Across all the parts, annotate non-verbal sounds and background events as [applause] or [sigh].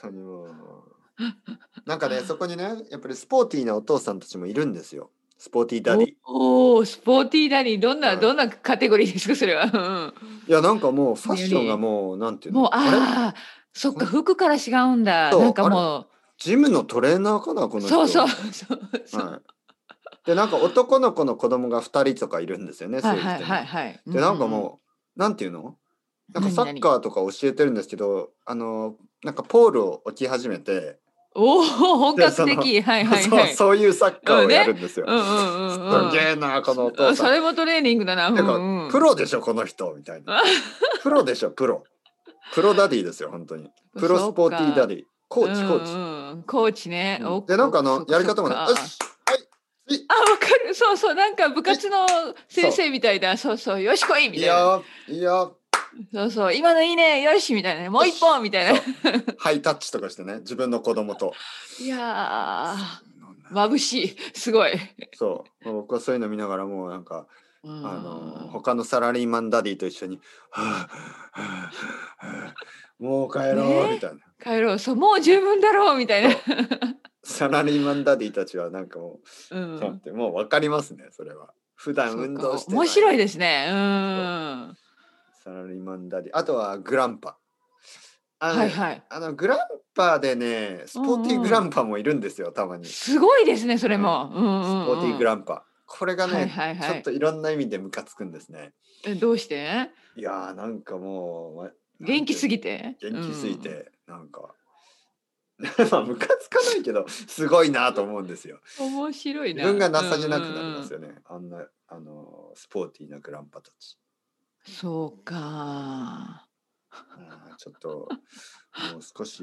当にもう。なん [laughs] かね、そこにね、やっぱりスポーティーなお父さんたちもいるんですよ。スポーティーダディ。いおお、スポーティーダディ、どんな、はいどんなカテゴリーですか、それは。や、なんかもうファッションがもう、なんてういんうもう、のあれああ、そっか、服から違うんだ。そうなんかもジムのトレーナーかな、こう、の人。そうそう、そう、そう。はい、でなんか男の子の子供が2人とかいるんですよね。はそういいうはい人はいねはい。でなんかもうなんていうのなんか何サッカーとか教えてるんですけどあのなんかポールを置き始めて、うんうん、おお、本格的、はいはいはい。 [laughs] そうそういうサッカーをやるんですよ。うんうんうんうんすげえなこのお父そさん。れもトレーニングだな。うてかんうんプロでしょこの人みたい [laughs] な。プロでしょプロ。プロダディですよ本当に。プロスポーティーダィ。ディ。コーチコーチ。チ。コーチね。うおんでなんかあのやり方もね。よそっかしはい。はいあ、わかる。そうそう。なんか部活の先生みたいだ。そうそう。よしこいみいたいいな。よいいよそうそう。今のいいね。よしみたいなね。もう一本みたいな。ハイタッチとかしてね自分の子供と。いやー、眩しい。すごい。そう僕はそういうの見ながらもうなんかああの他のサラリーマンダディと一緒に「はあはあはあもう帰ろう」ねみたいな、帰ろう。そう、もう十分だろうみたいな。サラリーマンダディたちはなんかもうう、ん。そうやってもう分かりますねそれは普段そう運か動してない面白いですね。うん。サラリーマンダディあとはグランパあの,、はいはい。あのグランパでねスポーティーグランパもいるんですよたまに、スすごいですね、それも。うんポうんうんーティーグランパこれがね、はいはいはいちょっといろんな意味でムカつくんですねえどうしていやーなんかもうわ元気すなんていうのぎて元気すぎ、て、なんか [laughs] まあムカつかないけどすごいなと思うんですよ。うん面白い自な分が情けなくなりますよ、よね。あんなあのスポーティーなグランパたち。うんそううかんちょっともう少し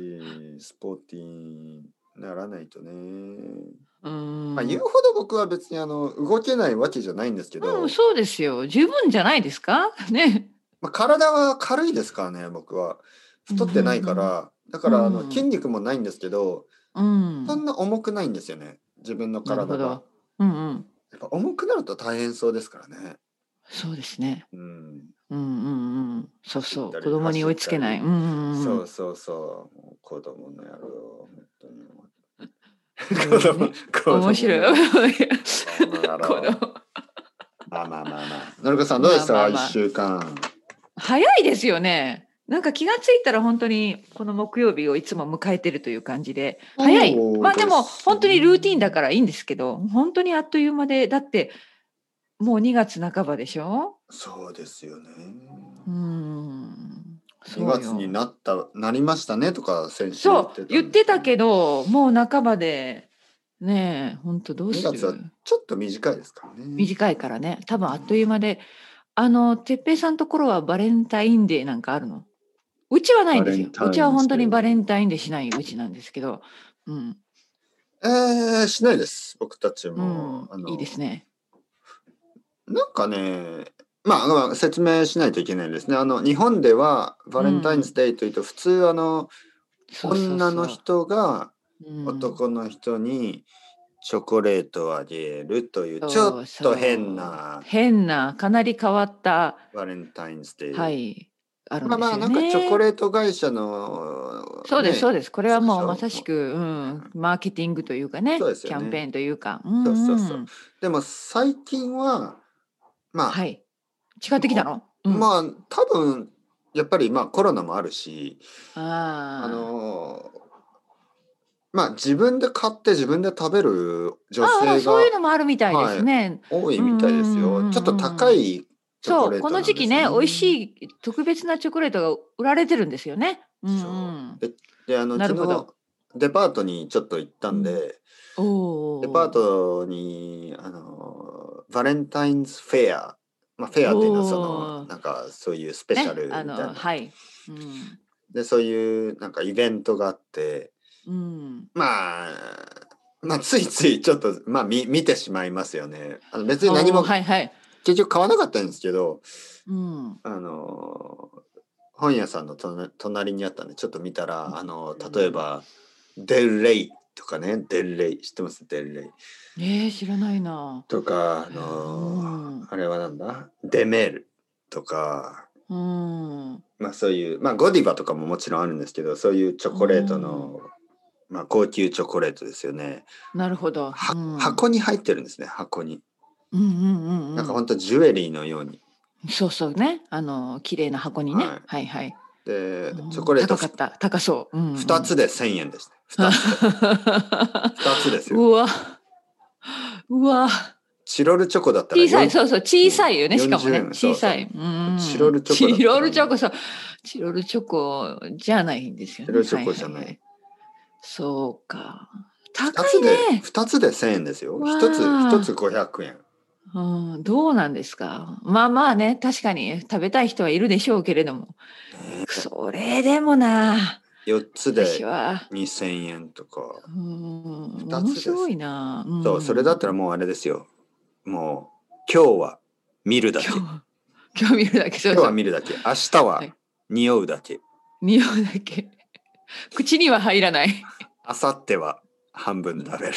スポーティーにならないとね。うん、まあ言うほど僕は別にあの動けないわけじゃないんですけど、うん、そうですよ十分じゃないですかねまあ、体は軽いですからね僕は太ってないから、だからあうのん筋肉もないんですけど、うんそんな重くないんですよね自分のなる体が。ほどうんうんやっぱ重くなると大変そうですからね。そうですねうん。うんうんうんそうそう走った子り供に追いつけないうんうんうんそうそうそう。もう子供の野郎。本当に [laughs] ね子供子供の面白い子供の野こ郎のまあまあまあまあ。のりこさんどうでしたまあかまあまあ一週間。早いですよねなんか気がついたら本当にこの木曜日をいつも迎えてるという感じで早い。そうまあでもすね本当にルーティンだからいいんですけど、本当にあっという間で、だってもう2月半ばでしょそうですよね。うーん。そう2よ月になったなりましたねとか先週そう、言ってたけど。ど、もう半ばで、ねえ、本当どうす2月はるちょっと短いですからね。短いからね、多分あっという間で、あの、てっぺいさんのところはバレンタインデーなんかあるのうちはないんですよバレンタイン。デーうちは本当にバレンタインデーしないうちなんですけど、うん、えー、しないです。僕たちうもん。、あのいいですね。なんかね、まあ、まあ説明しないといけないですね。あの日本ではバレンタインズ・デイというと、普通あのそうそうそう女の、人がうん男の人にチョコレートをあげるという、ちそょうっそうと変な変なかなり変わったバレンタインズ・デイ。はいあるんまであすよまね。あなんかチョコレート会社の、そうですそうでですこれはもそううまそうさしくうんマーケティングというかねそうですキよねャンペーンというかそうそうそうんんでも最近はまあ、はい違ってきたのあまあ多分やっぱりまあコロナもあるし、ああーのーまあ自分で買って自分で食べる女あー性そういうがのもあるみたいですね多いみたいですうんうんうんうよ。んちょっと高いチョコそレうートこなのんです時期ね美味い。しい特別なチョコレートが売られてるんですよねうんそううんでであのなる昨ほ日どデパートにちょっと行ったんで、おデパートトにあのーバレンタインズフェア、まあ、フェアっていうのはそのおーなんかそういうスペシャルみたあいな、のはいうんでそういうなんかイベントがあってうんまあ、まあ、ついついちょっと、まあ、見見てしまいますよね。あの別に何おもーはいはい結局買わなかったんですけど、うんあのー本屋さんの隣隣にあったんでちょっと見たら、あのー例えば「デルレイ」とかね「デルレイ」知ってます「デルレイえー、知らないな」。とか、あのーうんあれはなんだ「デメール」とかうん。まあそういう、まあゴディバとかももちろんあるんですけど、そういうチョコレートの、まあ高級チョコレートですよね。なるほど。はうん、箱に入ってるんですね、箱に。うんうんうんうん。なんかほんとジュエリーのように。そうそうね。あの綺麗な箱にね。はいはいはい。でうん、チョコレート高かった。高そう。うんうん2つ。 [laughs] で1000円ですね。2つで二つですよ。うわ。うわ。チロルチョコだったら小さよんい、そうそう、小さいよね、うんしかも40。ね円そう小そうさい。うんチロルチョコだったらチロルチョコ、そう。チロルチョコじゃないんですよね。チロルチョコじゃないはははそうか。二高いつで、ね。二つで千円ですよ。わあ一つ、一つ五百円。うん、どうなんですか。まあまあね、確かに食べたい人はいるでしょうけれども。それでもな。四つ私では。二千円とか。うん、も二つですのすごいな。んそう、それだったらもうあれですよ。もう、今日は見るだけ。今日今は今日見るだけ、そう日そはう。見るだけ。明日ははい匂うだけ。匂うだけ。口には入らない。明後日は半分食べる。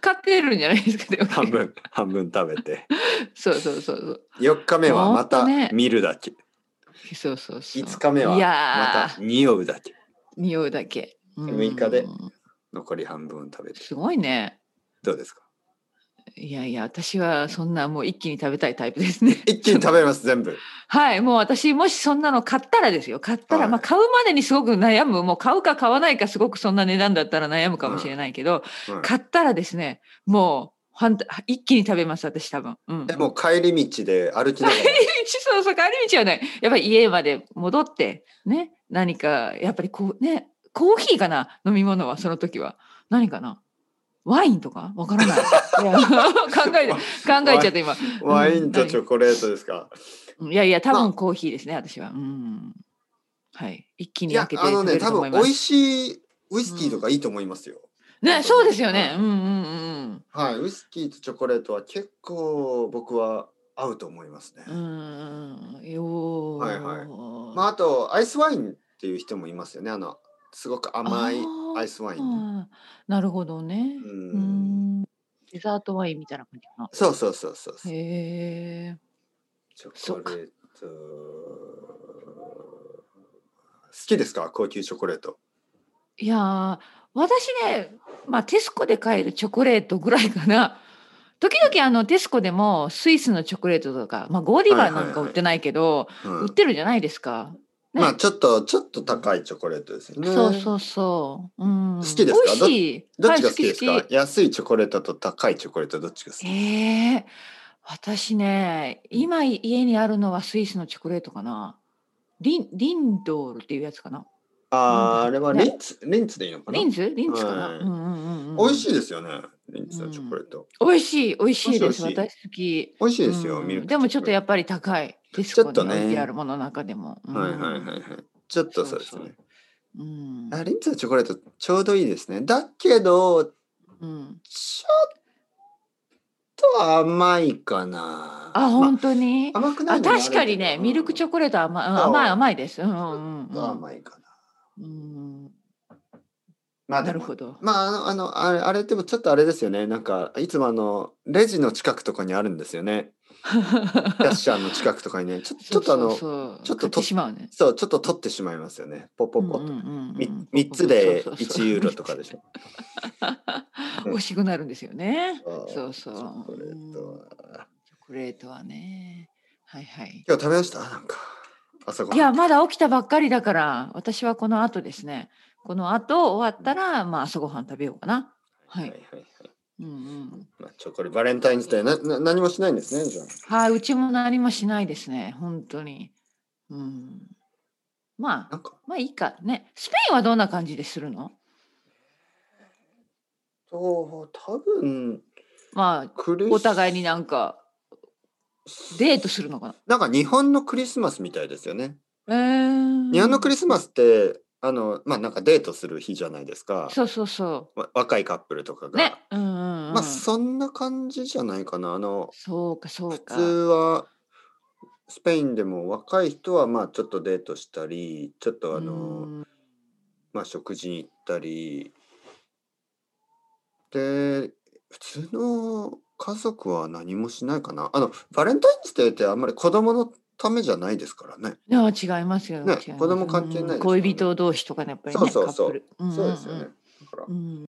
買ってるんじゃないですか。でも半分、半分食べて。そうそうそうそう。四日目はまほたんとね見るだけ。そうそうそう。五日目はいまやたー匂うだけ。匂うだけ。うん六日で残り半分食べて。すごいね。どうですかいやいや、私はそんなもう一気に食べたいタイプですね。一気に食べます、全部。 [laughs] はい、もう私もしそんなの買ったらですよ。買ったら、はいまあ買うまでにすごく悩む。もう買うか買わないかすごくそんな値段だったら悩むかもしれないけど、うん買ったらですね、もうほんと一気に食べます、私多分。うん。でもう帰り道で歩きながら。そうそう、帰り道はね、やっぱり家まで戻って、ね、何か、やっぱりこう、ね、コーヒーかな、飲み物は、その時は。何かなワインとか [laughs] わからない。いや [laughs] 考えて、考えちゃった今。ワインとチョコレートですか。いやいや、多ま分あコーヒーですね、私は。うん。はい。一気いに開やけ、てあ食のべね、ると多思分い美ま味す。しいウイスキーとかいいと思いますよ。ね、そうですよね。ううんんうんうんはい、ウイスキーとチョコレートは結構僕は合うと思いますね。うん。うんうん。よー。はいはいまあ、あとアイスワインっていう人もいますよね。あのすごく甘いあーアイスワイン。ああ、なるほどね。う。うんん。デザートワインみたいな感じかな。そうそうそうそうそう。へえ。チョコレート。好きですか高級チョコレート。いやー、私ね、まあテスコで買えるチョコレートぐらいかな。 [laughs] 時々あのテスコでもスイスのチョコレートとか、まあゴーディバーなんか売ってないけど、うん売ってるじゃないですか。ねまあちょっとちょっと高いチョコレートですよね。そうそうそう。うん。好きですか美味しい。どっちがは好いきですか、安いチョコレートと高いチョコレートどっちが好き、ええ私ね、今家にあるのはスイスのチョコレートかな。リン、リンドールっていうやつかな。あーうんあれはねリンツ、リンツでいいのかなリンズリンズかな。はいうんうんうんうん。美味しいい。ですよね。リンツのチョコレート。美味しい、美味しいです。美味しい美味私好き。美味しいですよ、うんミルクでもちょっとやっっぱり高い。デスちょコっとにね置いてあるものの中でも。うんはいはいはいはい。ちょっとそうですね。そううん。あリンツのチョコレートちょうどいいですね。だけど、うん。ちょっと甘いかな。あ、ま本当にあ、甘くないあ、のもる確かにね、ミルクチョコレート甘い、うんそう甘い、甘いです。うんうんちょっと甘いかな。うんうん。まあなでるもほど。まあ、あの、あの、あれ、あれでもちょっとあれですよね。なんか、いつもあの、レジの近くとかにあるんですよね。 [laughs] キャッシャーの近くとかにね、ちょちょっとあの、そうのちょっとと買ってしまうね。ちょっと取ってしまいますよね。ポッポッポッと。み三三つで1ユーロとかでしょ。惜しくなるんですよね。あーそうそう。チョコレートうんは。チョコレートはね。はいはい。今日食べましたなんか。朝ごはいん。やまだ起きたばっかりだから私はこの後ですね。この後終わったらまあ朝ごはん食べようかな。ははいい。はいはい。うんうん。まあ、チョコレバレンタインズデーなな何もしないんですね、じゃあ。はい、うちも何もしないですね。本当に。うん。まなあんか、まあいいかね。スペインはどんな感じでするの？と多分まあクリスお互いになんかデートするのかなんか日本のクリスマスみたいですよね。な。えー日本のクリスマスってあのまあなんかデートする日じゃないですかそうそうそわ若いカップルとかう。が、ね。うんうん、うん。まあそんな感じじゃないかなあのそうかそう普か。通はスペインでも若い人はまあちょっとデートしたりちょっとあの、うんまあ食事に行ったりで普通の家族は何もしないかなあのバレンタインズデーってあんまり子供のためじゃないですからね。いや違いますよ。ね違います子供関係ないですからね恋人同士とかね、やっぱりね、そうそうそうカップル。んんんそうですよね。。だからうん